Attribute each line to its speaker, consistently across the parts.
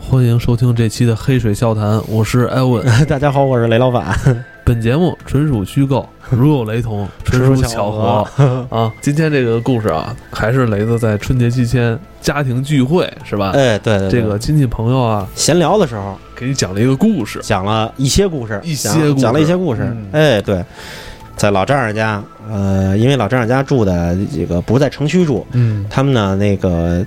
Speaker 1: 欢迎收听这期的《黑水笑谈》，我是艾文。
Speaker 2: 大家好，我是雷老
Speaker 1: 啊
Speaker 2: 板。
Speaker 1: 本节目纯属虚构，如有雷 同，纯属巧合啊！今天这个故事啊，还是雷子在春节期间家庭聚会是吧？
Speaker 2: 哎，对对对
Speaker 1: 这个亲戚朋友啊，
Speaker 2: 闲聊的时候
Speaker 1: 给你讲了一个故事，
Speaker 2: 讲了一些故事，
Speaker 1: 一些
Speaker 2: 讲
Speaker 1: 故事
Speaker 2: 讲了一些故事
Speaker 1: 嗯。
Speaker 2: 哎，对，在老丈人家，呃，因为老丈人家住的这个不是在城区住，
Speaker 1: 嗯，
Speaker 2: 他们呢那个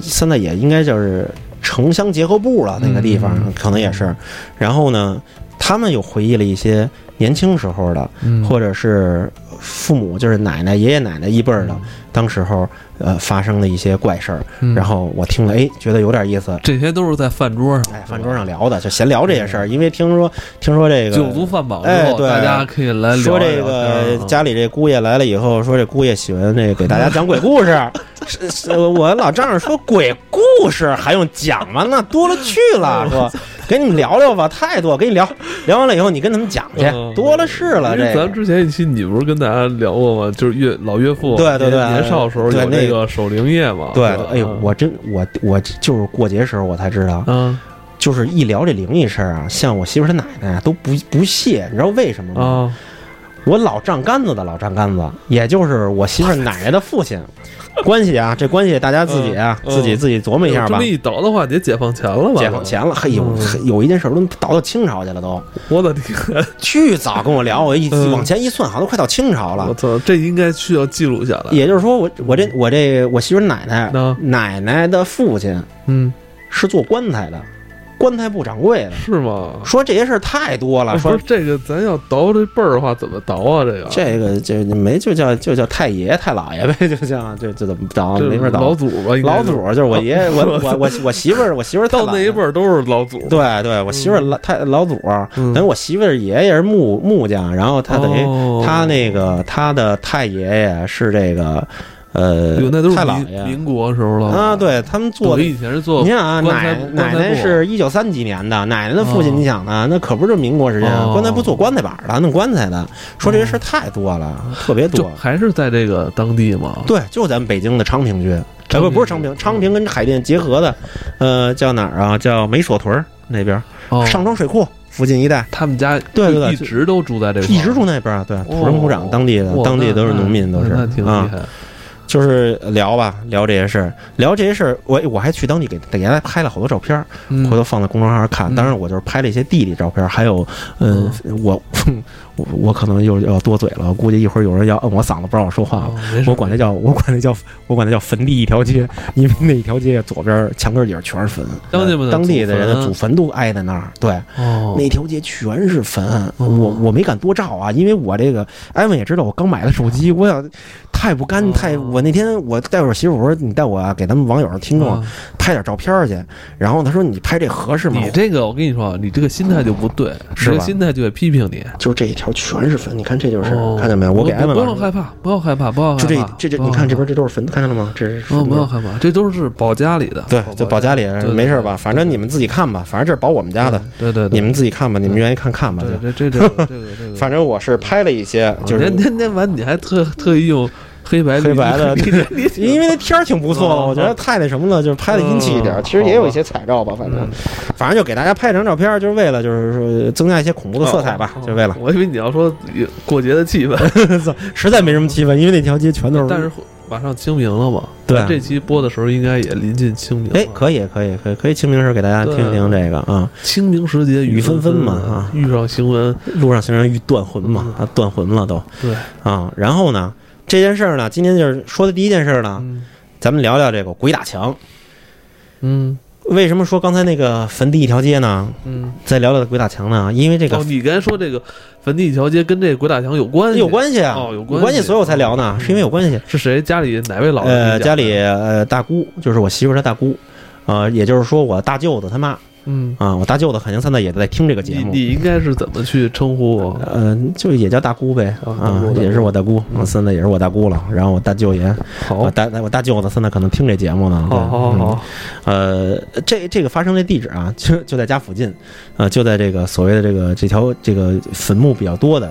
Speaker 2: 现在也应该就是城乡结合部了，那个地方、
Speaker 1: 嗯
Speaker 2: 可能也是。然后呢，他们又回忆了一些年轻时候的，
Speaker 1: 嗯
Speaker 2: 或者是父母就是奶奶、爷爷奶奶一辈儿的，当时候呃发生的一些怪事儿。
Speaker 1: 嗯，
Speaker 2: 然后我听了，哎，觉得有点意思。
Speaker 1: 这些都是在饭桌上，
Speaker 2: 哎，饭桌上聊的就闲聊这些事儿，因为听说听说这个
Speaker 1: 酒足饭饱之
Speaker 2: 哎
Speaker 1: 后，
Speaker 2: 对
Speaker 1: 大家可以来聊
Speaker 2: 说这
Speaker 1: 一聊天
Speaker 2: 个
Speaker 1: 啊
Speaker 2: 家里这姑爷来了以后，说这姑爷喜欢那给大家讲鬼故事。 是是，我老丈人说鬼故事还用讲吗？那多了去 了。说给你们聊聊吧，太多，给你聊聊完了以后，你跟他们讲去
Speaker 1: 嗯，
Speaker 2: 多了是了。
Speaker 1: 因为
Speaker 2: 这
Speaker 1: 咱
Speaker 2: 个
Speaker 1: 之前一期你不是跟大家聊过吗？就是岳老岳父
Speaker 2: 对对对
Speaker 1: 年年少时候
Speaker 2: 对
Speaker 1: 有那
Speaker 2: 那
Speaker 1: 个守灵夜嘛。
Speaker 2: 对
Speaker 1: 是吧，
Speaker 2: 哎呦，我真我我就是过节时候我才知道，
Speaker 1: 嗯
Speaker 2: 就是一聊这灵异事儿啊，像我媳妇儿她奶奶啊都不不屑，你知道为什么吗？
Speaker 1: 啊
Speaker 2: 我老丈杆子的老丈杆子，也就是我媳妇儿奶奶的父亲，关系啊，这关系大家自己啊，
Speaker 1: 嗯嗯
Speaker 2: 自己自己琢磨一下
Speaker 1: 有这
Speaker 2: 吧
Speaker 1: 么。一倒的话，得解放前了吧？
Speaker 2: 解放前了，嘿，有
Speaker 1: 嗯
Speaker 2: 嘿有一件事儿都倒到清朝去了，都
Speaker 1: 我的天！
Speaker 2: 巨早跟我聊，我一
Speaker 1: 嗯
Speaker 2: 往前一算，好像都快到清朝
Speaker 1: 我
Speaker 2: 了。
Speaker 1: 操，这应该需要记录下来。
Speaker 2: 也就是说，我我这我这我媳妇儿奶奶
Speaker 1: 嗯
Speaker 2: 奶奶的父亲
Speaker 1: 嗯，
Speaker 2: 是做棺材的，棺材部掌柜的。
Speaker 1: 是吗？
Speaker 2: 说这些事儿太多了，
Speaker 1: 不
Speaker 2: 说
Speaker 1: 是这个，咱要倒这辈儿的话，怎么倒啊？这个
Speaker 2: 这个这没就叫就叫太爷太老爷呗，就叫这这怎么倒
Speaker 1: 这
Speaker 2: 没法倒。
Speaker 1: 老祖吧，应该
Speaker 2: 老
Speaker 1: 是
Speaker 2: 祖就是我爷爷，我 我我我媳妇儿，我媳妇儿太
Speaker 1: 到
Speaker 2: 老
Speaker 1: 那一辈儿都是老祖。
Speaker 2: 对对，我媳妇儿老太老祖，
Speaker 1: 嗯
Speaker 2: 等于我媳妇儿爷爷是木木匠，然后他等于
Speaker 1: 哦
Speaker 2: 他那个他的太爷爷是这个呃
Speaker 1: 哟，那都是
Speaker 2: 太姥
Speaker 1: 民
Speaker 2: 爷
Speaker 1: 民国时候了
Speaker 2: 啊，。对他们做
Speaker 1: 我
Speaker 2: 的。
Speaker 1: 以前是做
Speaker 2: 你想啊，
Speaker 1: 棺材
Speaker 2: 奶
Speaker 1: 棺材
Speaker 2: 奶
Speaker 1: 布
Speaker 2: 奶是一九三几年的，奶奶的父
Speaker 1: 哦
Speaker 2: 亲，你想啊，那可不是民国时间
Speaker 1: 哦，
Speaker 2: 棺材不做棺材板的，弄棺材的，说这些事儿太多了，特别
Speaker 1: 就
Speaker 2: 多。
Speaker 1: 还是在这个当地嘛。
Speaker 2: 对，就咱们北京的昌平区，
Speaker 1: 昌
Speaker 2: 哎，
Speaker 1: 平
Speaker 2: 不不是昌平，昌平跟海淀结合的，呃，叫哪儿啊？叫美索屯儿那边儿，
Speaker 1: 哦，
Speaker 2: 上庄水库附近一带，
Speaker 1: 他们家
Speaker 2: 对对对
Speaker 1: 一一直都住在这块儿，
Speaker 2: 一直住那边儿啊。对，土生土长，当地的
Speaker 1: 哦哇
Speaker 2: 当地都是
Speaker 1: 那
Speaker 2: 农民，都是
Speaker 1: 那那挺厉
Speaker 2: 啊。
Speaker 1: 害。
Speaker 2: 就是聊吧，聊这些事儿，聊这些事儿，我我还去当地给给大家拍了好多照片儿，
Speaker 1: 嗯
Speaker 2: 回头放在公众号上看。
Speaker 1: 嗯
Speaker 2: 当然，我就是拍了一些地理照片儿，还有，嗯，我 我我可能又要多嘴了，我估计一会儿有人要摁我嗓子不让我说话了。
Speaker 1: 哦没事
Speaker 2: 我管那叫我管那叫我管那叫坟地一条街， 因为那一条街左边墙根底下全是坟，
Speaker 1: 乡亲们的
Speaker 2: 呃当地的人
Speaker 1: 祖啊
Speaker 2: 祖坟都挨在那儿，对，
Speaker 1: 哦，
Speaker 2: 那条街全是坟，
Speaker 1: 哦
Speaker 2: 我我没敢多照啊，因为我这个艾文也知道我刚买的手机，我想太不干
Speaker 1: 哦
Speaker 2: 净，太我那天我带我媳妇儿我说你带我啊给咱们网友听众啊
Speaker 1: 啊
Speaker 2: 拍点照片儿去，然后她说你拍这合适吗？
Speaker 1: 你这个，我跟你说，啊，你这个心态就不对，你
Speaker 2: 是
Speaker 1: 这
Speaker 2: 吧
Speaker 1: 个心态就得批评你。
Speaker 2: 就这一条全是坟，你看这就是
Speaker 1: 哦
Speaker 2: 看见没有？我给艾
Speaker 1: 不
Speaker 2: 文
Speaker 1: 不
Speaker 2: 老
Speaker 1: 要
Speaker 2: 师
Speaker 1: 害怕，不要害怕，不哦要害
Speaker 2: 就这
Speaker 1: 怕。
Speaker 2: 这这
Speaker 1: 不要
Speaker 2: 你看这
Speaker 1: 害
Speaker 2: 边这都是坟，看见了吗？这是
Speaker 1: 怕，嗯，不要害怕，这都是保家里的，
Speaker 2: 对，就保家里
Speaker 1: 对
Speaker 2: 没事儿吧？反正你们自己看吧，反正这是保我们家的，，
Speaker 1: 对对对对，
Speaker 2: 你们自己看吧，你们愿意看看吧。
Speaker 1: 对对
Speaker 2: 就
Speaker 1: 这这 个这个这个，
Speaker 2: 反正我是拍了一些，就
Speaker 1: 啊
Speaker 2: 是
Speaker 1: 那那那完，你还特特意用黑白
Speaker 2: 黑白的，
Speaker 1: 绿
Speaker 2: 对因为那天儿挺不错的，
Speaker 1: 嗯
Speaker 2: 我觉得太那什么了，就是拍的阴气一点儿。
Speaker 1: 嗯
Speaker 2: 其实也有一些彩照吧，反正
Speaker 1: 嗯
Speaker 2: 反正就给大家拍张照片儿，就是为了就是说增加一些恐怖的色彩吧，
Speaker 1: 哦
Speaker 2: 就为了
Speaker 1: 我以为你要说过节的气氛，
Speaker 2: 实在没什么气氛，因为那条街全都是。
Speaker 1: 但是马上清明了嘛，
Speaker 2: 对
Speaker 1: 这期播的时候应该也临近清明了。
Speaker 2: 哎，可以可以可以可以，清明时候给大家听一听这个啊，
Speaker 1: 清明时节
Speaker 2: 雨
Speaker 1: 纷
Speaker 2: 纷纷嘛
Speaker 1: 啊
Speaker 2: 啊，
Speaker 1: 遇上行文，
Speaker 2: 路上行人欲断魂嘛，啊断魂了都
Speaker 1: 嗯对，
Speaker 2: 啊。然后呢，这件事儿呢，今天就是说的第一件事儿呢，
Speaker 1: 嗯
Speaker 2: 咱们聊聊这个鬼打墙。
Speaker 1: 嗯
Speaker 2: 为什么说刚才那个坟地一条街呢？
Speaker 1: 嗯。
Speaker 2: 再聊聊鬼打墙呢？因为这个
Speaker 1: 哦，你刚才说这个坟地一条街跟这鬼打墙有关系？
Speaker 2: 有关系啊，
Speaker 1: 哦有关系
Speaker 2: 关所以我才聊呢，
Speaker 1: 嗯
Speaker 2: 是因为有关系。
Speaker 1: 是谁？家里哪位老人
Speaker 2: 呃，
Speaker 1: 给你
Speaker 2: 家
Speaker 1: 讲的？
Speaker 2: 里呃大姑就是我媳妇儿她大姑，呃，也就是说我大舅子他妈
Speaker 1: 嗯，
Speaker 2: 啊，我大舅子肯定现在也在听这个节
Speaker 1: 你
Speaker 2: 目，
Speaker 1: 你应该是怎么去称呼我？
Speaker 2: 呃，就也叫大姑呗
Speaker 1: 哦大
Speaker 2: 啊
Speaker 1: 姑大，姑
Speaker 2: 也是我大姑，
Speaker 1: 嗯哦
Speaker 2: 我现在也是我大姑了。然后我大舅爷，
Speaker 1: 好
Speaker 2: 我，大我大舅子现在可能听这节目呢。对
Speaker 1: 好好
Speaker 2: 嗯
Speaker 1: 好，
Speaker 2: 呃，这这个发生的地址啊， 就就在家附近，呃，就在这个所谓的这个这条这个坟墓比较多的，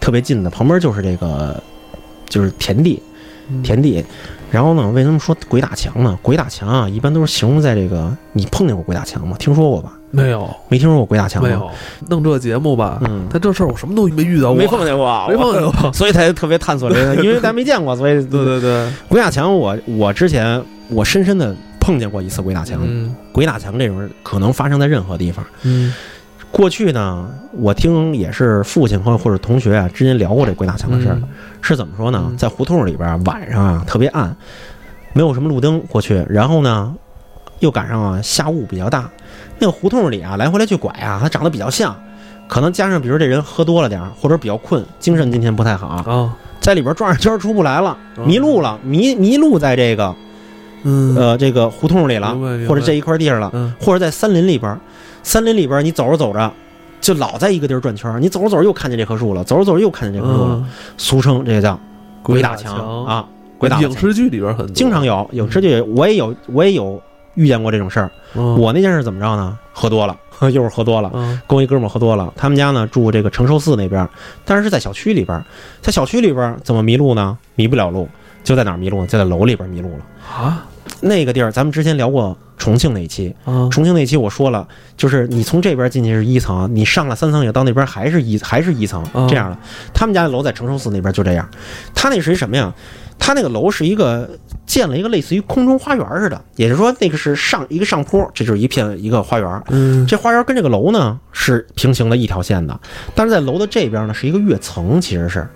Speaker 2: 特别近的旁边就是这个就是田地，
Speaker 1: 嗯
Speaker 2: 田地，然后呢，为什么说鬼打墙呢？鬼打墙啊，一般都是形容在这个你碰见过鬼打墙吗？听说过吧？
Speaker 1: 没有
Speaker 2: 没听说过鬼打墙吗？
Speaker 1: 没有，弄这节目吧，
Speaker 2: 嗯，
Speaker 1: 但这事儿我什么都没遇到过，
Speaker 2: 没碰见过啊，
Speaker 1: 没碰见过
Speaker 2: 我，。所以才特别探索这个，因为咱没见过，所以
Speaker 1: 对对对，
Speaker 2: 鬼打墙我，我之前我深深的碰见过一次鬼打墙。
Speaker 1: 嗯
Speaker 2: 鬼打墙这种可能发生在任何地方。
Speaker 1: 嗯
Speaker 2: 过去呢，我听也是父亲和或者同学啊之间聊过这鬼打墙的事儿，是怎么说呢？
Speaker 1: 嗯
Speaker 2: 在胡同里边儿晚上啊特别暗，没有什么路灯过去，然后呢又赶上啊下雾比较大，那个胡同里啊来回来去拐啊，它长得比较像。可能加上，比如这人喝多了点儿，或者比较困，精神今天不太好，
Speaker 1: 啊，
Speaker 2: 在里边转着圈儿出不来了，迷路了，迷迷路在这个
Speaker 1: 哦嗯，
Speaker 2: 呃这个胡同里了
Speaker 1: 明白明，白
Speaker 2: 或者这一块地儿了，
Speaker 1: 嗯
Speaker 2: 或者在森林里边儿，森林里边儿你走着走着，就老在一个地儿转圈儿，你走着走着又看见这棵树了，走着走着又看见这棵树了，
Speaker 1: 嗯，
Speaker 2: 俗称这个叫鬼打
Speaker 1: 墙，嗯
Speaker 2: 啊，鬼打
Speaker 1: 影
Speaker 2: 墙，
Speaker 1: 视剧里边很多
Speaker 2: 经常有有这就我也有我也有遇见过这种事儿。
Speaker 1: 嗯
Speaker 2: 我那件事怎么着呢？喝多了， 又是喝多了。
Speaker 1: 嗯
Speaker 2: 跟我一哥们儿喝多了，他们家呢住这个承寿寺那边儿，但是是在小区里边儿，在小区里边儿怎么迷路呢？迷不了路，就在哪儿迷路呢？就在楼里边儿迷路了。
Speaker 1: 啊
Speaker 2: 那个地儿，咱们之前聊过重庆那一期，
Speaker 1: 啊
Speaker 2: 重庆那期我说了，就是你从这边进去是一层，你上了三层也到那边还是一还是一层
Speaker 1: 嗯
Speaker 2: 这样的。他们家的楼在承寿寺那边就这样，他那是一什么呀？他那个楼是一个建了一个类似于空中花园似的，也就是说那个是上一个上坡，这就是一片一个花园。
Speaker 1: 嗯
Speaker 2: 这花园跟这个楼呢是平行的一条线的，但是在楼的这边呢是一个跃层，其实是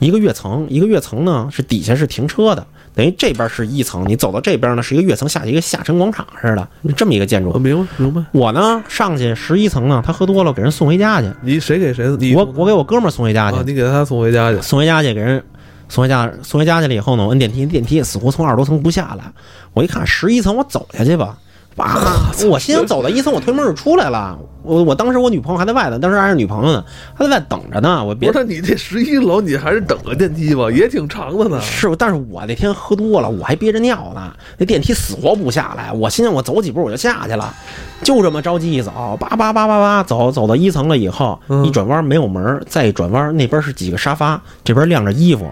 Speaker 2: 一个跃层，一个跃层呢是底下是停车的，等于这边是一层，你走到这边呢是一个跃层，下去一个下沉广场似的，就这么一个建筑
Speaker 1: 我。明白明白，
Speaker 2: 我呢上去十一层呢，他喝多了，给人送回家去。
Speaker 1: 你谁给谁？你
Speaker 2: 我我给我哥们儿送回家去，
Speaker 1: 啊，你给他送回家去，
Speaker 2: 送回家去给人送回家，送回家去了以后呢，我摁电梯，电梯死活从二十多层不下来。我一看十一层，我走下去吧。哇！
Speaker 1: 哦
Speaker 2: 我心想走到一层，我推门就出来了。我我当时我女朋友还在外头，当时还是女朋友呢，还在外等着呢。我别
Speaker 1: 不是你这十一楼，你还是等个电梯吧，也挺长的呢。
Speaker 2: 是，但是我那天喝多了，我还憋着尿呢，那电梯死活不下来。我心想，我走几步我就下去了，就这么着急一走，叭叭叭叭叭走，走到一层了以后，
Speaker 1: 嗯
Speaker 2: 一转弯没有门儿，再一转弯那边是几个沙发，这边晾着衣服，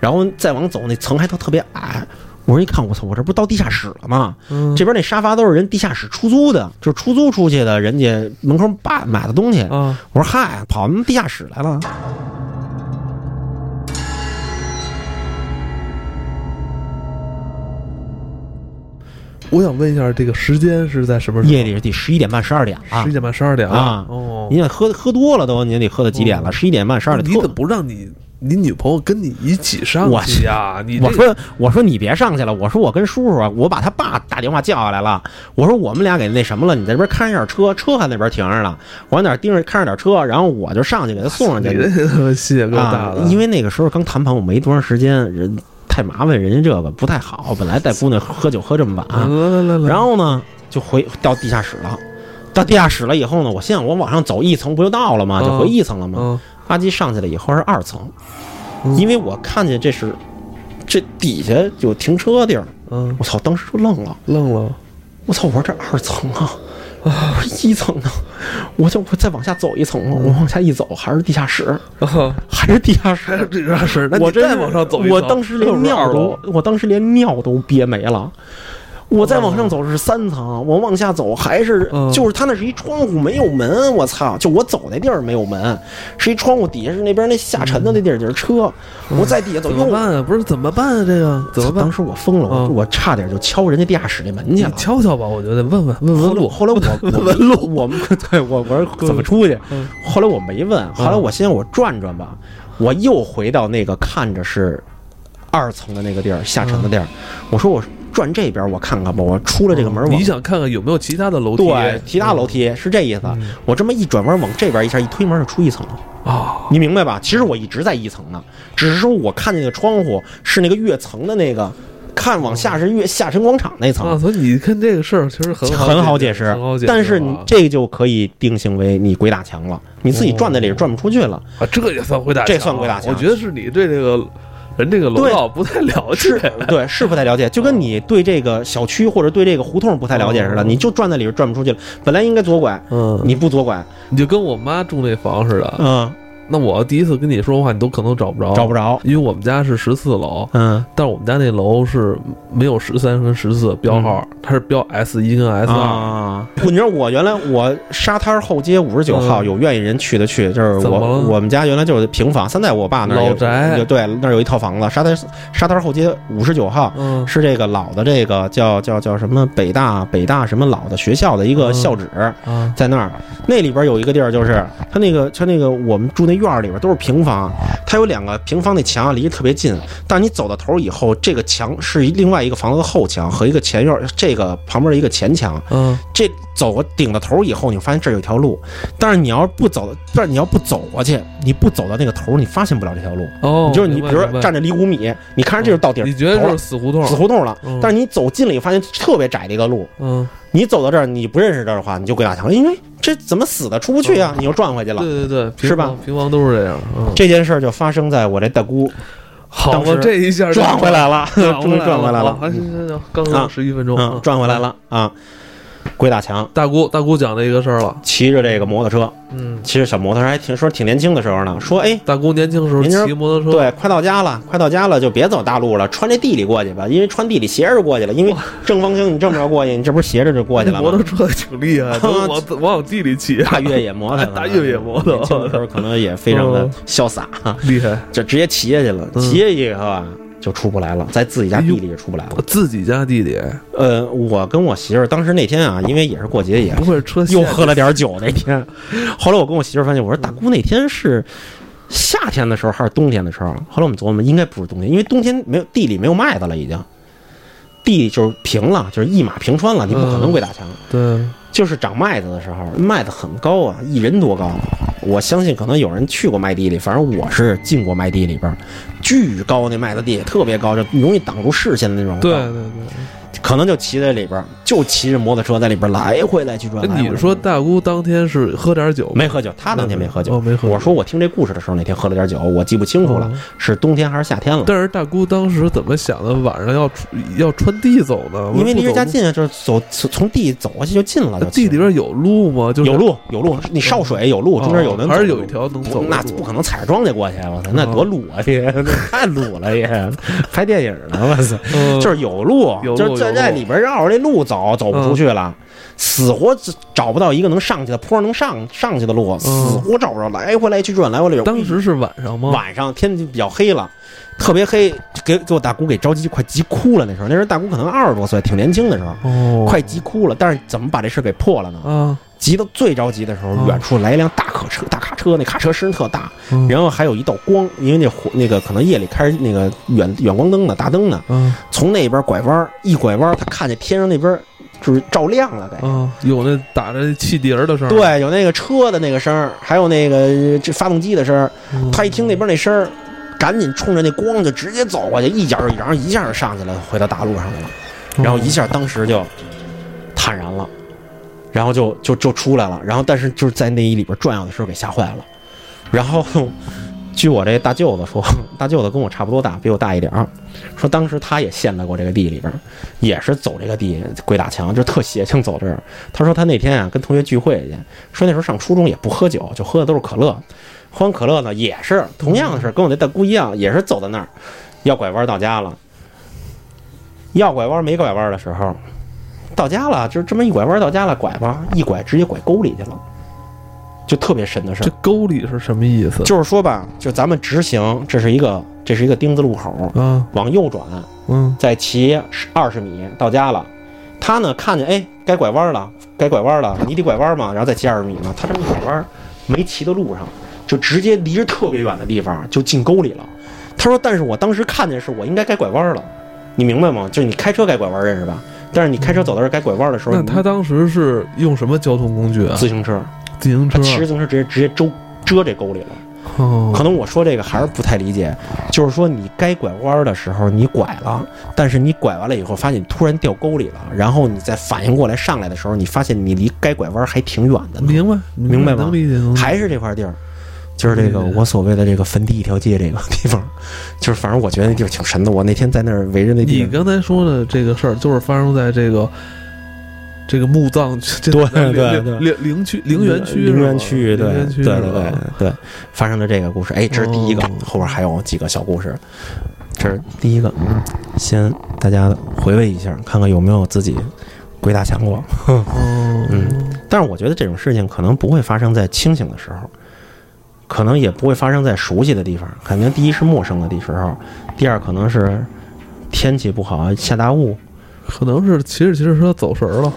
Speaker 2: 然后再往走那层还都特别矮。我说一看，我操，我这不是到地下室了吗？
Speaker 1: 嗯
Speaker 2: 这边那沙发都是人地下室出租的，就是出租出去的，人家门口把买的东西。
Speaker 1: 啊，
Speaker 2: 我说嗨，跑他们地下室来了。
Speaker 1: 我想问一下，这个时间是在什么时候？
Speaker 2: 夜里是得十一点半、十二点啊
Speaker 1: 十一。点半、十二点
Speaker 2: 啊
Speaker 1: 哦
Speaker 2: 你，想喝喝多了都，你得喝到几点了？十一点半、十二点。
Speaker 1: 你怎么不让你你女朋友跟你一起上
Speaker 2: 我
Speaker 1: 去呀？你
Speaker 2: 我
Speaker 1: 这
Speaker 2: 说我说你别上去了，我说我跟叔叔，啊，我把他爸打电话叫下来了，我说我们俩给那什么了，你在这边看着点车，车还那边停着呢，我往哪儿盯着看着点车，然后我就上去给他送上
Speaker 1: 你
Speaker 2: 去
Speaker 1: 这他妈心也够大
Speaker 2: 啊
Speaker 1: 的，，
Speaker 2: 因为那个时候刚谈判，我没多长时间，人太麻烦，人家这个不太好，本来带姑娘喝酒喝这么晚，
Speaker 1: 来嗯来来来，
Speaker 2: 然后呢，就回到地下室了。到地下室了以后呢，我心想我往上走一层不就到了吗？就回一层了吗？
Speaker 1: 嗯
Speaker 2: 阿基上去了以后是二层，
Speaker 1: 嗯
Speaker 2: 因为我看见这是这底下有停车地儿，
Speaker 1: 嗯，
Speaker 2: 我操，当时就愣了，
Speaker 1: 愣 了，
Speaker 2: 我操，我说这二层啊，我说一层呢，我就我再往下走一层嘛，
Speaker 1: 嗯
Speaker 2: 我往下一走还是地下室，
Speaker 1: 啊
Speaker 2: 还是地下
Speaker 1: 还有
Speaker 2: 室。
Speaker 1: 这件事儿，那
Speaker 2: 我
Speaker 1: 你
Speaker 2: 真
Speaker 1: 再
Speaker 2: 是
Speaker 1: 往上走一
Speaker 2: 我
Speaker 1: 层
Speaker 2: 当 时连尿都，我当时连尿都憋没
Speaker 1: 哦
Speaker 2: 了。我再往上走是三层，我往下走还是
Speaker 1: 嗯
Speaker 2: 就是它那是一窗户没有门，我操！就我走那地儿没有门，是一窗户底下是那边那下沉的那地儿就是车，我在底下
Speaker 1: 嗯
Speaker 2: 走
Speaker 1: 怎么
Speaker 2: 又
Speaker 1: 办啊？不是怎么办啊？这个怎么办
Speaker 2: 当？时我疯了，我、
Speaker 1: 嗯
Speaker 2: 我差点就敲人家地下室那门去
Speaker 1: 你
Speaker 2: 了。
Speaker 1: 敲敲吧，我觉得问问问
Speaker 2: 后
Speaker 1: 问
Speaker 2: 来我
Speaker 1: 路，
Speaker 2: 后 来我我
Speaker 1: 问
Speaker 2: 路我们对我我说 怎么出去
Speaker 1: 嗯？
Speaker 2: 嗯后来我没问，后来我心想我转转吧，我又回到那个看着是二层的那个地儿下沉的地儿，我说我转这边我看看吧，我出了这个门往
Speaker 1: 你想看看有没有其他的楼梯？
Speaker 2: 对其他楼梯是这意思，我这么一转弯往这边一下一推门就出一层了。
Speaker 1: 啊，
Speaker 2: 你明白吧？其实我一直在一层呢，只是说我看见那个窗户是那个跃层的那个，看往下是跃下沉广场那层，
Speaker 1: 啊，所以你看这个事儿其实很
Speaker 2: 很
Speaker 1: 好
Speaker 2: 好解释
Speaker 1: 很好解，释啊
Speaker 2: 但是你
Speaker 1: 吧
Speaker 2: 这个就可以定性为你鬼打墙了，你自己转
Speaker 1: 哦
Speaker 2: 在里边转不出去了。
Speaker 1: 啊，这也算回答，
Speaker 2: 这算鬼打墙
Speaker 1: 啊我觉得是你对这个人这个楼
Speaker 2: 对
Speaker 1: 道不太了解
Speaker 2: 是，对，是不太了解，就跟你对这个小区或者对这个胡同不太了解似的，
Speaker 1: 哦
Speaker 2: 你就转在里边转不出去了。本来应该左拐，
Speaker 1: 嗯，
Speaker 2: 你不左拐，
Speaker 1: 你就跟我妈住那房似的，
Speaker 2: 嗯，
Speaker 1: 那我第一次跟你说话，你都可能找不着，
Speaker 2: 找不着。
Speaker 1: 因为我们家是十四楼，
Speaker 2: 嗯，
Speaker 1: 但是我们家那楼是没有十三跟十四标号，它是标 S 一跟 S 二、
Speaker 2: 嗯啊，我你知道我原来我沙滩后街五十九号
Speaker 1: 嗯
Speaker 2: 有愿意人去的去，就是
Speaker 1: 怎么
Speaker 2: 我
Speaker 1: 了
Speaker 2: 我们家原来就是平房，三代我爸那儿有
Speaker 1: 老宅
Speaker 2: 有对，那儿有一套房子，沙滩沙滩后街五十九号。
Speaker 1: 嗯，
Speaker 2: 是这个老的这个叫叫叫什么北大北大什么老的学校的一个
Speaker 1: 嗯
Speaker 2: 校址，
Speaker 1: 啊，
Speaker 2: 在那儿，那里边有一个地儿，就是它那个它那个我们住那院儿里边都是平房，它有两个平房，那墙啊离得特别近，但你走到头儿以后，这个墙是一另外一个房子的后墙和一个前院儿，这个旁边一个前墙，
Speaker 1: 嗯，
Speaker 2: 这走过顶到头儿以后，你发现这儿有一条路，但是你要是不走，但是你要不走过去，你不走到那个头儿，你发现不了这条路，
Speaker 1: 哦，
Speaker 2: 你就是你
Speaker 1: 明
Speaker 2: 比
Speaker 1: 白
Speaker 2: 如
Speaker 1: 明
Speaker 2: 说
Speaker 1: 白
Speaker 2: 站着离五米，你看着这是到底儿
Speaker 1: 你觉得
Speaker 2: 头
Speaker 1: 就
Speaker 2: 了
Speaker 1: 是死胡同，
Speaker 2: 死胡同了，
Speaker 1: 嗯
Speaker 2: 但是你走近了以后，发现特别窄的一个路，
Speaker 1: 嗯，
Speaker 2: 你走到这儿，你不认识这儿的话，你就鬼打墙，因为这怎么死的出不去啊，你又转回去了。
Speaker 1: 对对对，平
Speaker 2: 是吧
Speaker 1: 房？平房都是这样，嗯，
Speaker 2: 这件事儿就发生在我这大姑
Speaker 1: 好
Speaker 2: 当
Speaker 1: 嘛
Speaker 2: 时，
Speaker 1: 这一下
Speaker 2: 转回
Speaker 1: 来，
Speaker 2: 来了，
Speaker 1: 转
Speaker 2: 终于 转回来
Speaker 1: 了
Speaker 2: 了，，
Speaker 1: 还行行行，刚刚十一分钟，
Speaker 2: 嗯，转回来。了啊！鬼打墙，
Speaker 1: 大姑，大姑讲这个事儿了，
Speaker 2: 骑着这个摩托车，
Speaker 1: 嗯，
Speaker 2: 骑着小摩托车，还挺说挺年轻的时候呢，说哎，
Speaker 1: 大姑年轻时候
Speaker 2: 年轻
Speaker 1: 骑摩托车，
Speaker 2: 对，快到家了，快到家了，就别走大路了，穿这地里过去吧，因为穿地里斜着过去了，因为正方形你这么着过去，你这不是斜着就过去了
Speaker 1: 摩
Speaker 2: 吗
Speaker 1: 托？车挺厉害的，
Speaker 2: 啊
Speaker 1: 往往往地里骑，
Speaker 2: 大 越野摩托，
Speaker 1: 大越野摩托
Speaker 2: 年轻的时候可能也非常的
Speaker 1: 嗯
Speaker 2: 潇洒。
Speaker 1: 厉害。
Speaker 2: 就直接骑下去了，
Speaker 1: 嗯哎
Speaker 2: 骑下去以后啊，就出不来了，在自己家地里就出不来了。
Speaker 1: 自己家弟弟，
Speaker 2: 呃，我跟我媳妇儿当时那天啊，因为也是过 节也
Speaker 1: 不会是车陷
Speaker 2: 又喝了点酒那 天，后来我跟我媳妇儿发现，我说大姑那天是。夏天的时候还是冬天的时候，啊后来我们琢磨，应该不是冬天，因为冬天没有地里没有麦子了，已经，地就是平了，就是一马平川了，你不可
Speaker 1: 嗯
Speaker 2: 能鬼打墙。
Speaker 1: 对，
Speaker 2: 就是长麦子的时候，麦子很高啊，一人多高。我相信可能有人去过麦地里，反正我是进过麦地里边儿，巨高那麦子地特别高，就容易挡住视线的那种。
Speaker 1: 对，对
Speaker 2: 哦
Speaker 1: 对。
Speaker 2: 可能就骑在里边儿，就骑着摩托车在里边儿来回来去转。来
Speaker 1: 哎，
Speaker 2: 回来
Speaker 1: 你
Speaker 2: 去
Speaker 1: 说大姑当天是喝点酒吗？
Speaker 2: 没喝酒，他当天没喝酒，
Speaker 1: 哦没喝酒
Speaker 2: 我说我听这故事的时候，那天喝了点酒，我记不清楚了，
Speaker 1: 嗯
Speaker 2: 是冬天还是夏天了。
Speaker 1: 但是大姑当时怎么想的？晚上要出要穿地走呢？
Speaker 2: 因为离
Speaker 1: 不
Speaker 2: 着
Speaker 1: 走
Speaker 2: 家近啊，就是走从从地走过去就近了，就
Speaker 1: 那地里边有路吗？就是
Speaker 2: 有路有路，你烧水有路，中间
Speaker 1: 哦
Speaker 2: 有能走
Speaker 1: 还是
Speaker 2: 的
Speaker 1: 有
Speaker 2: 路
Speaker 1: 一条能走的路。啊
Speaker 2: 那不可能踩着庄稼过去，我操，那多鲁啊！ 这太鲁了也，拍电影呢，我操，
Speaker 1: 嗯，
Speaker 2: 就是有路，
Speaker 1: 有路
Speaker 2: 就是在
Speaker 1: 有路
Speaker 2: 在里边绕着这路走，走不出去了，死活找不到一个能上去的坡，能上上去的路，死活找不着，来回来去转，来回来去。
Speaker 1: 嗯当时是晚上吗？
Speaker 2: 晚上天就比较黑了，特别黑，给给我大姑给着急，快急哭了。那时候，那时候大姑可能二十多岁，挺年轻的时候，
Speaker 1: 哦，
Speaker 2: 快急哭了。但是怎么把这事给破了呢？
Speaker 1: 啊！
Speaker 2: 急到最着急的时候，
Speaker 1: 哦
Speaker 2: 远处来一辆大卡车，大卡车那卡车声特大，
Speaker 1: 嗯
Speaker 2: 然后还有一道光，因为那火那个可能夜里开那个远远光灯呢，大灯呢，
Speaker 1: 啊
Speaker 2: 从那边拐弯一拐弯，他看见天上那边就是照亮了，给。
Speaker 1: 啊！有那打着汽笛儿的声儿，
Speaker 2: 对，有那个车的那个声儿，还有那个这发动机的声儿。
Speaker 1: 嗯
Speaker 2: 他一听那边那声儿，赶紧冲着那光就直接走过去，一脚然后一下就上去了，回到大路上去了。
Speaker 1: 嗯
Speaker 2: 然后一下当时就坦然了，然后就就就出来了，然后但是就是在那一里边转悠的时候给吓坏了，然后据我这大舅子说，大舅子跟我差不多大，比我大一点儿，说当时他也陷在过这个地里边，也是走这个地鬼打墙，就特邪性走这儿。他说他那天啊跟同学聚会去，说那时候上初中也不喝酒，就喝的都是可乐，喝完可乐呢也是同样的事儿，跟我那大姑一样，也是走到那儿要拐弯到家了。要拐弯没拐弯的时候，到家了，就是这么一拐弯到家了，拐吧，一拐直接拐沟里去了，就特别神的事儿
Speaker 1: 这。沟里是什么意思？
Speaker 2: 就是说吧，就咱们直行，这是一个这是一个丁字路口，
Speaker 1: 啊，
Speaker 2: 往右转，
Speaker 1: 嗯
Speaker 2: 再骑二十米到家了。他呢看见哎，该拐弯了，该拐弯了，你得拐弯嘛，然后再骑二十米嘛。他这么一拐弯，没骑到路上，就直接离着特别远的地方就进沟里了。他说：“但是我当时看见是我应该该拐弯了，你明白吗？就是你开车该拐弯认识吧？但是你开车走到这儿该拐弯的时候，
Speaker 1: 那
Speaker 2: 你
Speaker 1: 他当时是用什么交通工具啊？
Speaker 2: 自行车，
Speaker 1: 自行
Speaker 2: 他
Speaker 1: 车。
Speaker 2: 骑着自行车直接直接周遮这沟里了。”可
Speaker 1: 哦，
Speaker 2: 能我说这个还是不太理解，就是说你该拐弯的时候你拐了，但是你拐完了以后发现你突然掉沟里了，然后你再反应过来上来的时候，你发现你离该拐弯还挺远的呢，
Speaker 1: 明白
Speaker 2: 明白吗
Speaker 1: 能理解能理解。
Speaker 2: 还是这块地儿，就是这个
Speaker 1: 嗯
Speaker 2: 我所谓的这个坟地一条街这个地方，就是反正我觉得那地儿挺神的。我那天在那儿围着那地
Speaker 1: 你
Speaker 2: 儿，
Speaker 1: 刚才说的这个事儿，就是发生在这个这个墓葬， 这
Speaker 2: 对
Speaker 1: 陵
Speaker 2: 对对
Speaker 1: 陵陵区陵园区是吧，
Speaker 2: 陵园区，对
Speaker 1: 陵园区
Speaker 2: 对
Speaker 1: 是
Speaker 2: 对对
Speaker 1: 吧？
Speaker 2: 对，发生了这个故事。哎，这是第一个
Speaker 1: 哦，
Speaker 2: 后边还有几个小故事。这是第一个，先大家回味一下，看看有没有自己鬼打墙过。
Speaker 1: 哦，
Speaker 2: 嗯但是我觉得这种事情可能不会发生在清醒的时候，可能也不会发生在熟悉的地方。肯定第一是陌生的地时候，第二可能是天气不好啊，下大雾。
Speaker 1: 可能是骑着骑着车走神儿 了，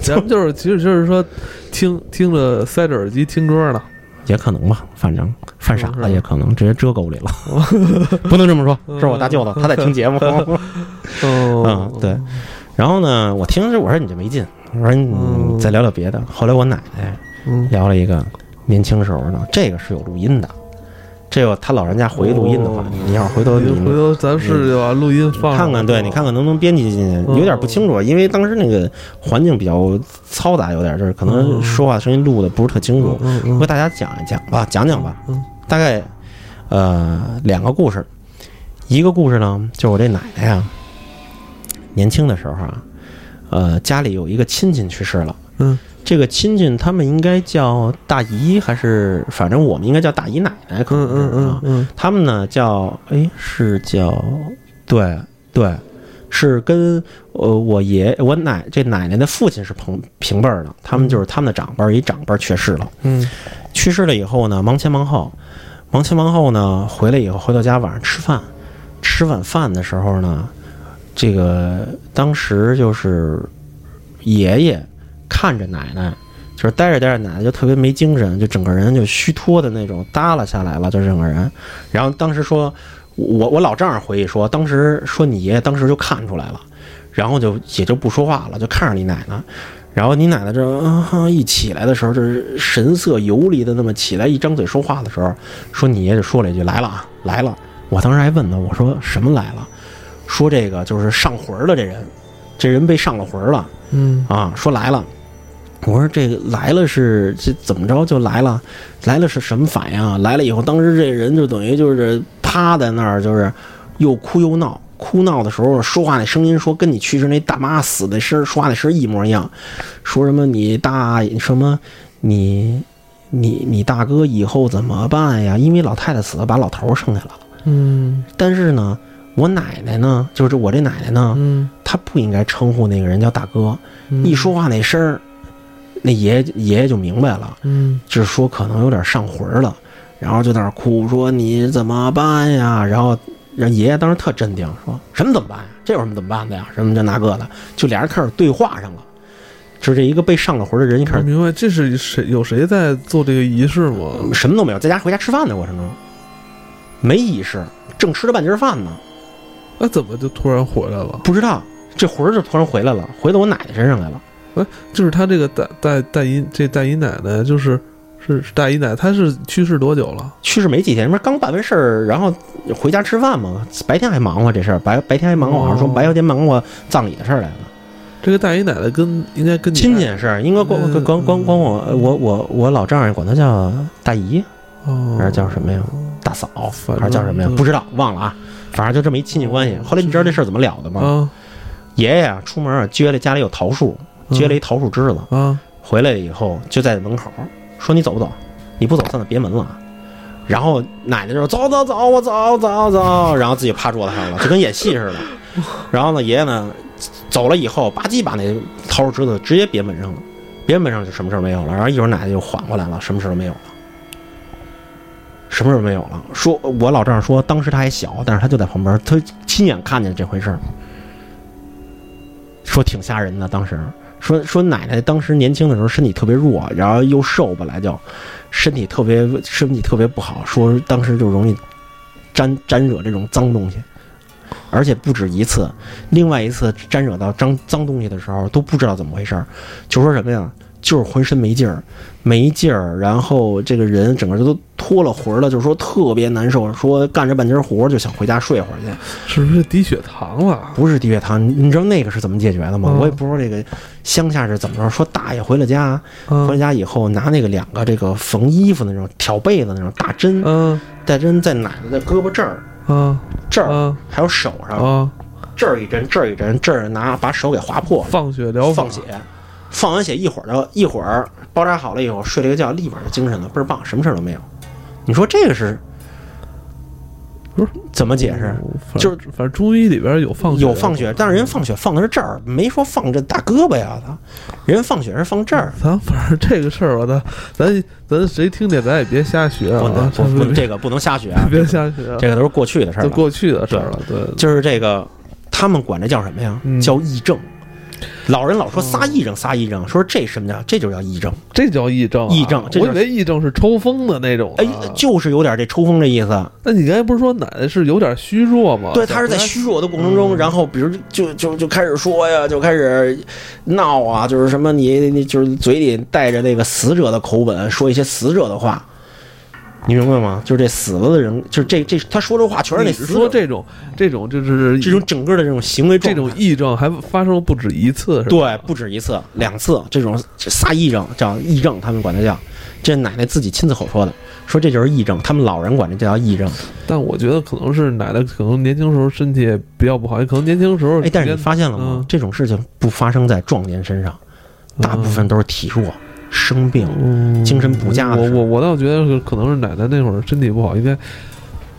Speaker 1: 咱们就是骑着骑着车听听着塞着耳机听歌呢，
Speaker 2: 也可能吧，反正犯傻
Speaker 1: 是
Speaker 2: 了
Speaker 1: 吧嗯
Speaker 2: 也可能直接遮沟里了， 不能这么说，这是我大舅子，他在听 节目。
Speaker 1: 哦
Speaker 2: 嗯，，对。然后呢，我听着我说你这没劲，我说你再聊聊别的。后来我奶奶
Speaker 1: 嗯，
Speaker 2: 聊了一个年轻时候呢，这个是有录音的，这个他老人家回忆录音的话
Speaker 1: 哦，
Speaker 2: 你要是回头
Speaker 1: 你
Speaker 2: 你
Speaker 1: 回头咱试试把录音放上嗯
Speaker 2: 看看，对你看看能不能编辑进去，有点不清楚，因为当时那个环境比较嘈杂，有点这可能说话声音录的不是特清楚。
Speaker 1: 嗯
Speaker 2: 我
Speaker 1: 嗯
Speaker 2: 给大家讲一讲吧，讲讲吧，
Speaker 1: 嗯
Speaker 2: 大概呃两个故事，一个故事呢，就是我这奶奶呀，年轻的时候啊，呃家里有一个亲戚去世了，
Speaker 1: 嗯，
Speaker 2: 这个亲戚他们应该叫大姨还是，反正我们应该叫大姨奶奶，可能
Speaker 1: 嗯
Speaker 2: 是
Speaker 1: 嗯
Speaker 2: 啊
Speaker 1: 嗯嗯，
Speaker 2: 他们呢叫哎是叫对对，是跟呃我爷我奶这奶奶的父亲是平平辈儿的，他们就是他们的长辈儿，一长辈儿去世了，
Speaker 1: 嗯
Speaker 2: 去世了以后呢，忙前忙后，忙前忙后呢，回来以后回到家晚上吃饭，吃晚饭的时候呢，这个当时就是爷爷看着奶奶。就是待着待着，奶奶就特别没精神，就整个人就虚脱的那种，耷拉下来了，就整个人。然后当时说，我我老丈人回忆说，当时说你爷爷当时就看出来了，然后就也就不说话了，就看着你奶奶。然后你奶奶这、啊一起来的时候，就是神色游离的那么起来，一张嘴说话的时候，说你爷爷就说了一句来了啊来了。我当时还问呢，我说什么来了？说这个就是上魂儿了，这人，这人被上了魂儿了。
Speaker 1: 嗯
Speaker 2: 啊，说来了。我说这个来了是这怎么着就来了，来了是什么反应啊？来了以后，当时这人就等于就是趴在那儿，就是又哭又闹，哭闹的时候说话那声音说跟你去世那大妈死的声儿说话那声儿一模一样，说什么你大什么你你你大哥以后怎么办呀？因为老太太死了，把老头儿剩下了。
Speaker 1: 嗯
Speaker 2: 但是呢，我奶奶呢，就是我这奶奶呢，
Speaker 1: 嗯，
Speaker 2: 她不应该称呼那个人叫大哥，
Speaker 1: 嗯
Speaker 2: 一，说话那声儿，那爷爷爷就明白了，
Speaker 1: 嗯
Speaker 2: 就是说可能有点上魂儿了，然后就在那儿哭说你怎么办呀？然后让爷爷当时特镇定，说什么怎么办呀？这有什么怎么办的呀？什么这那个的，就俩人开始对话上了，就这一个被上了魂儿的人一开
Speaker 1: 我
Speaker 2: 始
Speaker 1: 明白，这是谁有谁在做这个仪式吗？
Speaker 2: 什么都没有，在家回家吃饭的过程中，没意识，正吃着半截儿饭呢，
Speaker 1: 那怎么就突然回来了？
Speaker 2: 不知道这魂儿就突然回来了，回到我奶奶身上来了。
Speaker 1: 就是他这个大大大姨这大姨奶奶，就是是是大姨奶，她是去世多久了？
Speaker 2: 去世没几天，不是刚办完事儿，然后回家吃饭嘛，白天还忙活这事儿，白白天还忙活，好像说
Speaker 1: 哦
Speaker 2: 白天忙活葬礼的事儿来了。
Speaker 1: 这个大姨奶奶跟应该跟你
Speaker 2: 亲戚的事儿，应该管
Speaker 1: 嗯
Speaker 2: 管管管管我我我我老丈人管他叫大姨
Speaker 1: 哦，
Speaker 2: 还是叫什么呀？大嫂
Speaker 1: 反正嗯
Speaker 2: 还是叫什么呀
Speaker 1: 就？
Speaker 2: 不知道，忘了啊。反正就这么一亲戚关系。后来你知道这事儿怎么了的吗？
Speaker 1: 啊
Speaker 2: 爷爷啊，出门啊，撅了家里有桃树，撅了一桃树枝子，
Speaker 1: 啊，
Speaker 2: 回来以后就在门口说：“你走不走？你不走，算了，别门了。”啊。然后奶奶就说：“走走走，我走走走。”然后自己趴桌子上了，就跟演戏似的。然后呢，爷爷呢走了以后，吧唧把那桃树枝子直接别门上了，别门上就什么事儿没有了。然后一会儿奶奶就缓过来了，什么事儿都没有了，什么事儿都没有了。说我老丈人说，当时他还小，但是他就在旁边，他亲眼看见这回事儿，说挺吓人的。当时说说奶奶当时年轻的时候身体特别弱，然后又瘦，本来就身体特别身体特别不好，说当时就容易沾沾惹这种脏东西，而且不止一次。另外一次沾惹到脏脏东西的时候，都不知道怎么回事儿，就说什么呀？就是浑身没劲儿，没劲儿，然后这个人整个都脱了魂儿了，就是说特别难受，说干着半截儿活儿就想回家睡会儿去。
Speaker 1: 是不是低血糖了？
Speaker 2: 不是低血糖，你知道那个是怎么解决的吗？
Speaker 1: 嗯
Speaker 2: 我也不知道这个乡下是怎么着。说大爷回了家，回了
Speaker 1: 嗯
Speaker 2: 家以后拿那个两个这个缝衣服的那种挑被子那种大针，
Speaker 1: 嗯
Speaker 2: 带针在奶奶的胳膊这儿、
Speaker 1: 嗯
Speaker 2: 这儿，
Speaker 1: 嗯
Speaker 2: 还有手上
Speaker 1: 啊，
Speaker 2: 这儿一针，这儿一针，这儿拿把手给划破，
Speaker 1: 放血疗法
Speaker 2: 放血，放完血一会儿就一会儿包扎好了以后睡了一个觉，立马就精神了，倍儿棒，什么事儿都没有。你说这个是
Speaker 1: 不是
Speaker 2: 怎么解释？
Speaker 1: 反
Speaker 2: 就是
Speaker 1: 反正中医里边有放血
Speaker 2: 有放血，但是人
Speaker 1: 嗯
Speaker 2: 放血放的是这儿，没说放这大胳膊呀，他人放血是放这儿。
Speaker 1: 咱反正这个事儿吧，咱咱咱谁听见咱也别瞎学
Speaker 2: 不能
Speaker 1: 啊，
Speaker 2: 不不，这个不能瞎学啊，
Speaker 1: 别瞎学啊，
Speaker 2: 这个都是过去的事儿
Speaker 1: 就
Speaker 2: 了。
Speaker 1: 过去的事儿啊了，对，
Speaker 2: 就是这个，他们管这叫什么呀
Speaker 1: 嗯？
Speaker 2: 叫癔症。老人老说仨癔症，仨癔症，说这什么叫？这就叫癔症。
Speaker 1: 这叫癔症啊，
Speaker 2: 癔症这
Speaker 1: 我
Speaker 2: 就
Speaker 1: 以
Speaker 2: 是
Speaker 1: 为癔症是抽风的那种啊，
Speaker 2: 哎，就是有点这抽风这意思。
Speaker 1: 那你刚才不是说奶奶是有点虚弱吗？
Speaker 2: 对，他是在
Speaker 1: 不太
Speaker 2: 虚弱的过程中，
Speaker 1: 嗯
Speaker 2: 然后比如就就就开始说呀，就开始闹啊，就是什么你你就是嘴里带着那个死者的口吻说一些死者的话，你明白吗？就是这死了的人，就是这这他说这话全是那
Speaker 1: 你
Speaker 2: 死
Speaker 1: 说
Speaker 2: 者
Speaker 1: 这种这种就是
Speaker 2: 这种整个的这种行为
Speaker 1: 这
Speaker 2: 状态
Speaker 1: 种癔症还发生不止一次，是吧？
Speaker 2: 对，不止一次，两次这种这仨癔症叫癔症，他们管它叫，这奶奶自己亲自口说的，说这就是癔症，他们老人管这叫癔症。
Speaker 1: 但我觉得可能是奶奶可能年轻时候身体也比较不好，也可能年轻时候
Speaker 2: 哎，但是你
Speaker 1: 别
Speaker 2: 发现了吗
Speaker 1: 嗯？
Speaker 2: 这种事情不发生在壮年身上，
Speaker 1: 嗯
Speaker 2: 大部分都是体弱、生病。
Speaker 1: 嗯
Speaker 2: 精神不佳的
Speaker 1: 我
Speaker 2: 时候
Speaker 1: 我我倒觉得是可能是奶奶那会儿身体不好，应该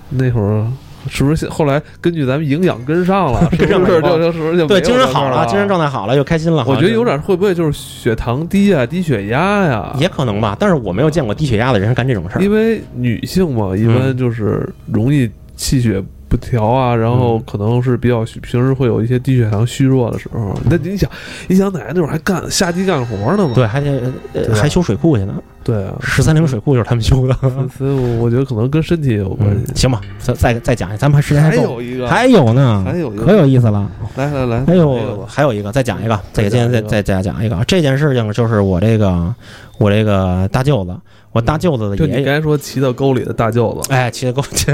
Speaker 1: 那会儿是不是现后来根据咱们营养跟上 了，是不
Speaker 2: 跟上了
Speaker 1: 是
Speaker 2: 以后
Speaker 1: 这就是就
Speaker 2: 对，
Speaker 1: 没有
Speaker 2: 精神
Speaker 1: 这事
Speaker 2: 好
Speaker 1: 儿了，
Speaker 2: 了，精神状态好了，又开心了。
Speaker 1: 我觉得有
Speaker 2: 好像
Speaker 1: 点会不会啊就是血糖低啊、低血压呀、
Speaker 2: 就也可能吧，但是我没有见过低血压的人干这种事儿。
Speaker 1: 因为女性嘛，一般就是容易气血不调啊，然后可能是比较虚平时会有一些低血糖虚弱的时候。那你想，你想奶奶那会儿还干下地干活呢嘛？
Speaker 2: 对，还得、
Speaker 1: 对啊
Speaker 2: 呃、
Speaker 1: 吧
Speaker 2: 还修水库去呢，
Speaker 1: 对啊，
Speaker 2: 十三陵水库就是他们 修的。
Speaker 1: 所以我我觉得可能跟身体也有关
Speaker 2: 嗯
Speaker 1: 系。，
Speaker 2: 行吧，再再再讲一下，咱们时间
Speaker 1: 还
Speaker 2: 还够。
Speaker 1: 有一个，
Speaker 2: 还有呢，
Speaker 1: 还有一个
Speaker 2: 可有意思了。
Speaker 1: 来来来，
Speaker 2: 还
Speaker 1: 还有
Speaker 2: 有
Speaker 1: 吧
Speaker 2: 还有一个，再讲一个，
Speaker 1: 再
Speaker 2: 再
Speaker 1: 讲
Speaker 2: 再
Speaker 1: 一个
Speaker 2: 再再讲一个。这件事情就是我这个我这个大舅子，我大舅子的
Speaker 1: 嗯就你
Speaker 2: 爷
Speaker 1: 刚
Speaker 2: 爷，
Speaker 1: 才说骑到沟里的大舅子，
Speaker 2: 哎， 骑狗骑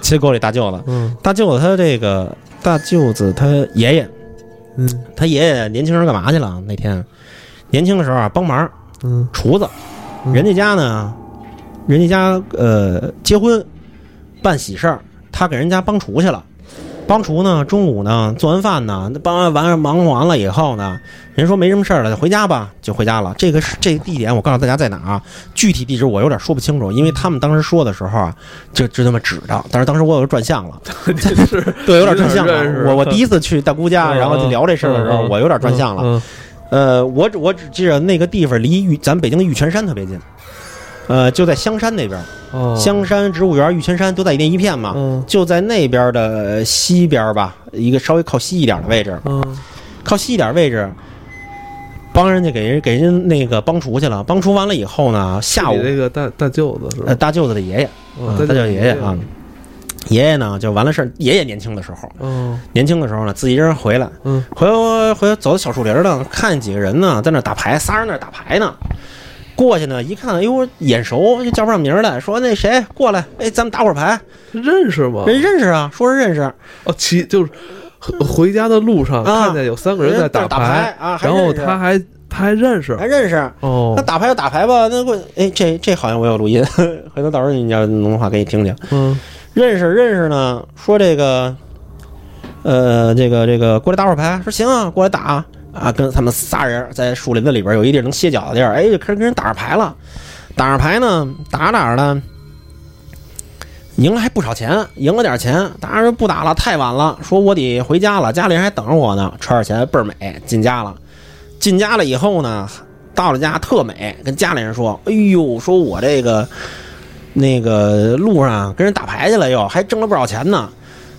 Speaker 2: 骑狗里大舅子，
Speaker 1: 嗯
Speaker 2: 大舅子他这个大舅子他爷爷，
Speaker 1: 嗯
Speaker 2: 他爷爷年轻时候干嘛去了？那天年轻的时候啊，帮忙
Speaker 1: 嗯，
Speaker 2: 厨子，
Speaker 1: 嗯
Speaker 2: 人家家呢，人家家呃结婚办喜事儿，他给人家帮厨去了。帮厨呢，中午呢做完饭呢，那帮完完忙活完了以后呢，人说没什么事儿了，就回家吧，就回家了。这个是这个地点，我告诉大家在哪儿啊？具体地址我有点说不清楚，因为他们当时说的时候啊，就就那么指着，但是当时我有点转向了，
Speaker 1: 就是
Speaker 2: 对，有点
Speaker 1: 有点
Speaker 2: 转向
Speaker 1: 认识
Speaker 2: 了。我我第一次去大姑家，
Speaker 1: 嗯
Speaker 2: 然后就聊这事儿的时候，
Speaker 1: 嗯嗯
Speaker 2: 我有点转向了。
Speaker 1: 了，
Speaker 2: 呃，我只我只记着那个地方离玉咱北京的玉泉山特别近，呃，就在香山那边，
Speaker 1: 嗯
Speaker 2: 香山植物园、玉泉山都在那一片嘛，
Speaker 1: 嗯
Speaker 2: 就在那边的西边吧，一个稍微靠西一点的位置，
Speaker 1: 嗯
Speaker 2: 靠西一点位置，帮人家给人给人那个帮厨去了，帮厨完了以后呢，下午
Speaker 1: 你这个大大舅子是
Speaker 2: 呃
Speaker 1: 吧？
Speaker 2: 大舅子的爷爷，
Speaker 1: 嗯
Speaker 2: 呃大舅爷爷啊，爷爷呢就完了事儿，爷爷年轻的时候，
Speaker 1: 嗯
Speaker 2: 年轻的时候呢自己一人回来。
Speaker 1: 嗯
Speaker 2: 回头回头走到小树林儿呢，看几个人呢，在那儿打牌，仨人那儿打牌呢。过去呢，一看，哎呦，眼熟，就叫不上名儿来，说那谁过来，哎，咱们打会儿牌，
Speaker 1: 认识吗？
Speaker 2: 人认识啊，说是认识，
Speaker 1: 哦，骑就是回回家的路上
Speaker 2: 啊
Speaker 1: 看见有三个人在
Speaker 2: 打
Speaker 1: 牌，
Speaker 2: 啊，还
Speaker 1: 然后
Speaker 2: 认识哎
Speaker 1: 他还他还认识
Speaker 2: 还认识，那
Speaker 1: 哦，
Speaker 2: 打牌就打牌吧，那过，哎，这这好像我有录音， 回头到时候你要弄的话给你听听。
Speaker 1: 嗯
Speaker 2: 认识认识呢，说这个，呃，这个这个过来打会儿牌，说行啊，过来打啊啊，跟他们仨人在树林子里边有一地儿能歇脚的地儿，哎，就开始跟人打上牌了，打上牌呢，打着打着呢，赢了还不少钱，赢了点钱，当然不打了，太晚了，说我得回家了，家里人还等着我呢，揣着钱倍儿美，进家了，进家了以后呢，到了家特美，跟家里人说，哎呦，说我这个。那个路上跟人打牌去了又，还挣了不少钱呢。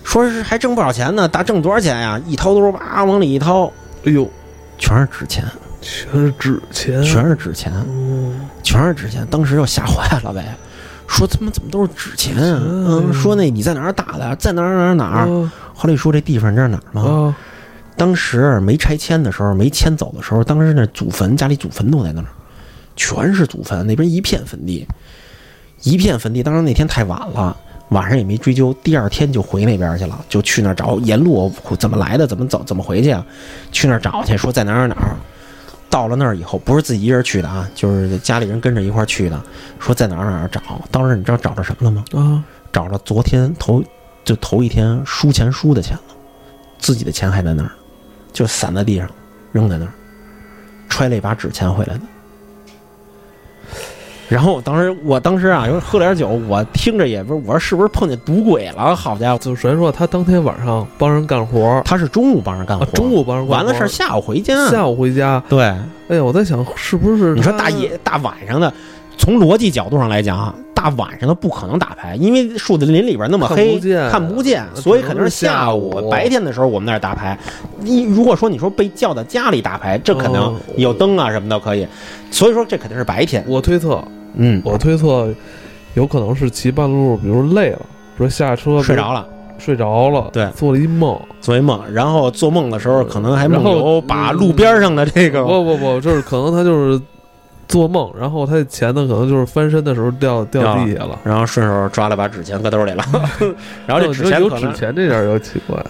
Speaker 2: 说是还挣不少钱呢，打挣多少钱呀？一掏兜叭往里一掏，
Speaker 1: 哎呦，
Speaker 2: 全是纸钱，
Speaker 1: 全是纸钱，
Speaker 2: 全是纸钱，
Speaker 1: 哦
Speaker 2: 全是纸钱。当时就吓坏了呗，说他妈怎么都是纸钱啊？嗯，说那你在哪儿打的？在哪儿哪儿哪儿？后来一说这地方你知道哪儿
Speaker 1: 啊
Speaker 2: 吗？
Speaker 1: 啊
Speaker 2: 当时没拆迁的时候，没迁走的时候，当时那祖坟家里祖坟都在那儿，全是祖坟，那边一片坟地，一片坟地。当然那天太晚了，晚上也没追究，第二天就回那边去了，就去那儿找，沿路怎么来的，怎么走，怎么回去啊？去那儿找去，说在哪儿哪儿哪儿。到了那儿以后，不是自己一人去的啊，就是家里人跟着一块儿去的。说在哪儿哪儿哪儿找，当时你知道找着什么了吗？
Speaker 1: 啊！
Speaker 2: 找着昨天头就头一天输钱输的钱了，自己的钱还在那儿，就散在地上，扔在那儿，揣了一把纸钱回来的。然后我当时，我当时啊，因为喝了点酒，我听着也不是，我说是不是碰见赌鬼了？好家伙，
Speaker 1: 就谁说他当天晚上帮人干活儿，
Speaker 2: 他是中午帮人干活，
Speaker 1: 啊、中午帮人干活
Speaker 2: 完了事儿，下午回家。
Speaker 1: 下午回家。
Speaker 2: 对，
Speaker 1: 哎呀，我在想是不是
Speaker 2: 你说
Speaker 1: 他
Speaker 2: 大夜大晚上的，从逻辑角度上来讲啊，大晚上的不可能打牌，因为树林里边那么黑，
Speaker 1: 看不见
Speaker 2: 看不见，所以肯定是下
Speaker 1: 可能是下
Speaker 2: 午。
Speaker 1: 午
Speaker 2: 白天的时候我们那儿打牌，你如果说你说被叫到家里打牌，这可能
Speaker 1: 哦
Speaker 2: 有灯啊什么的可以，所以说这肯定是白天。
Speaker 1: 我推测，
Speaker 2: 嗯，
Speaker 1: 我推测有可能是骑半路，比如累了，比如下车
Speaker 2: 睡着了，
Speaker 1: 比如睡着了，
Speaker 2: 对
Speaker 1: 做了一梦。
Speaker 2: 做一梦，然后做梦的时候可能还梦
Speaker 1: 然
Speaker 2: 游，
Speaker 1: 后嗯
Speaker 2: 把路边上的这个
Speaker 1: 不不不，就是可能他就是做梦，然后他的钱呢，可能就是翻身的时候掉掉地下了。
Speaker 2: 然后顺手抓了把纸钱搁兜里了，然后这
Speaker 1: 哦
Speaker 2: 纸
Speaker 1: 你说
Speaker 2: 钱
Speaker 1: 有
Speaker 2: 可
Speaker 1: 纸
Speaker 2: 能
Speaker 1: 钱这点儿有奇怪，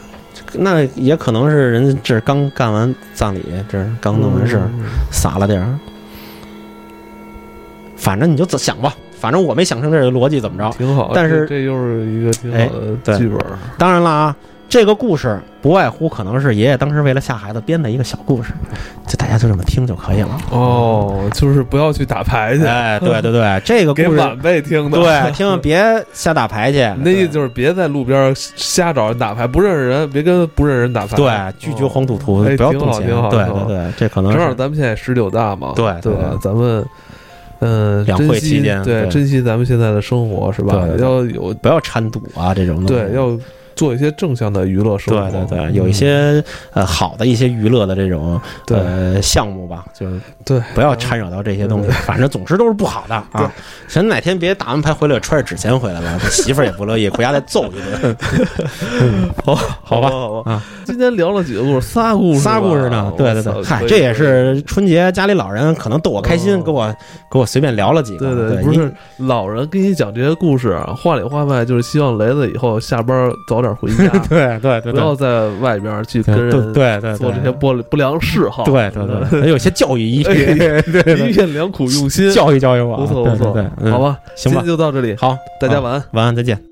Speaker 2: 那也可能是人家这是刚干完葬礼，这是刚弄完事儿，
Speaker 1: 嗯
Speaker 2: 撒了点儿。反正你就自想吧，反正我没想清这个逻辑怎么着。
Speaker 1: 挺好。
Speaker 2: 但是哎
Speaker 1: 这这又是一个挺好
Speaker 2: 对
Speaker 1: 的剧本儿，
Speaker 2: 当然了啊，这个故事不外乎可能是爷爷当时为了吓孩子编的一个小故事，就大家就这么听就可 以了。
Speaker 1: 哦，就是不要去打牌去，
Speaker 2: 哎，对对对，这个
Speaker 1: 给
Speaker 2: 故事
Speaker 1: 晚辈听的。
Speaker 2: 对，千万别瞎打牌去。
Speaker 1: 你 那意
Speaker 2: 对
Speaker 1: 思就是别在路边儿瞎找人打牌，不认识人，别跟不认识人打牌。
Speaker 2: 对，拒绝黄赌毒，
Speaker 1: 哎
Speaker 2: 不要
Speaker 1: 挺
Speaker 2: 动
Speaker 1: 好
Speaker 2: 钱。
Speaker 1: 挺好
Speaker 2: 对
Speaker 1: 挺
Speaker 2: 对
Speaker 1: 好
Speaker 2: 对，这可能
Speaker 1: 正好
Speaker 2: 是
Speaker 1: 咱们现在十九大嘛，
Speaker 2: 对
Speaker 1: 对
Speaker 2: 对
Speaker 1: 吧？咱们嗯，
Speaker 2: 两
Speaker 1: 珍
Speaker 2: 会
Speaker 1: 惜
Speaker 2: 期间
Speaker 1: 对
Speaker 2: 对
Speaker 1: 珍惜咱们现在的生活是吧
Speaker 2: 对对？对
Speaker 1: 要有
Speaker 2: 不要掺赌啊这种东西。
Speaker 1: 对要做一些正向的娱乐生活，
Speaker 2: 对对对，有一些呃好的一些娱乐的这种
Speaker 1: 对
Speaker 2: 呃项目吧，就是
Speaker 1: 对
Speaker 2: 不要掺惹到这些东西
Speaker 1: 对，
Speaker 2: 反正总之都是不好的
Speaker 1: 对
Speaker 2: 啊。咱哪天别打完牌回来揣着纸钱回来了， 媳妇儿也不乐意，回家再揍一顿。
Speaker 1: 好，
Speaker 2: 好吧
Speaker 1: 好
Speaker 2: 啊
Speaker 1: 吧。今天聊了几个故事，仨 故事吧，
Speaker 2: 仨故事呢，对对对，
Speaker 1: 我操
Speaker 2: 嗨，
Speaker 1: 可以
Speaker 2: 这也是春节家里老人可能逗我开心，
Speaker 1: 哦
Speaker 2: 给我给我随便聊了几
Speaker 1: 对
Speaker 2: 个，
Speaker 1: 对，
Speaker 2: 对，
Speaker 1: 不
Speaker 2: 你，
Speaker 1: 是老人跟你讲这些故事，话里话外就是希望雷子以后下班早点回家
Speaker 2: 对对对
Speaker 1: 不
Speaker 2: 对
Speaker 1: 要在外边去
Speaker 2: 对
Speaker 1: 跟人
Speaker 2: 对对
Speaker 1: 做这些
Speaker 2: 对
Speaker 1: 不不良嗜好。
Speaker 2: 对对对， 有些教育意义，
Speaker 1: 哎
Speaker 2: 对对
Speaker 1: 一
Speaker 2: 对，
Speaker 1: 片良苦用心，
Speaker 2: 教育教育我啊，
Speaker 1: 不错
Speaker 2: 对
Speaker 1: 不错
Speaker 2: 对对，嗯
Speaker 1: 好，吧，
Speaker 2: 行吧
Speaker 1: 今天就到这里，
Speaker 2: 好，
Speaker 1: 大家
Speaker 2: 好
Speaker 1: 晚安。
Speaker 2: 晚安，再见。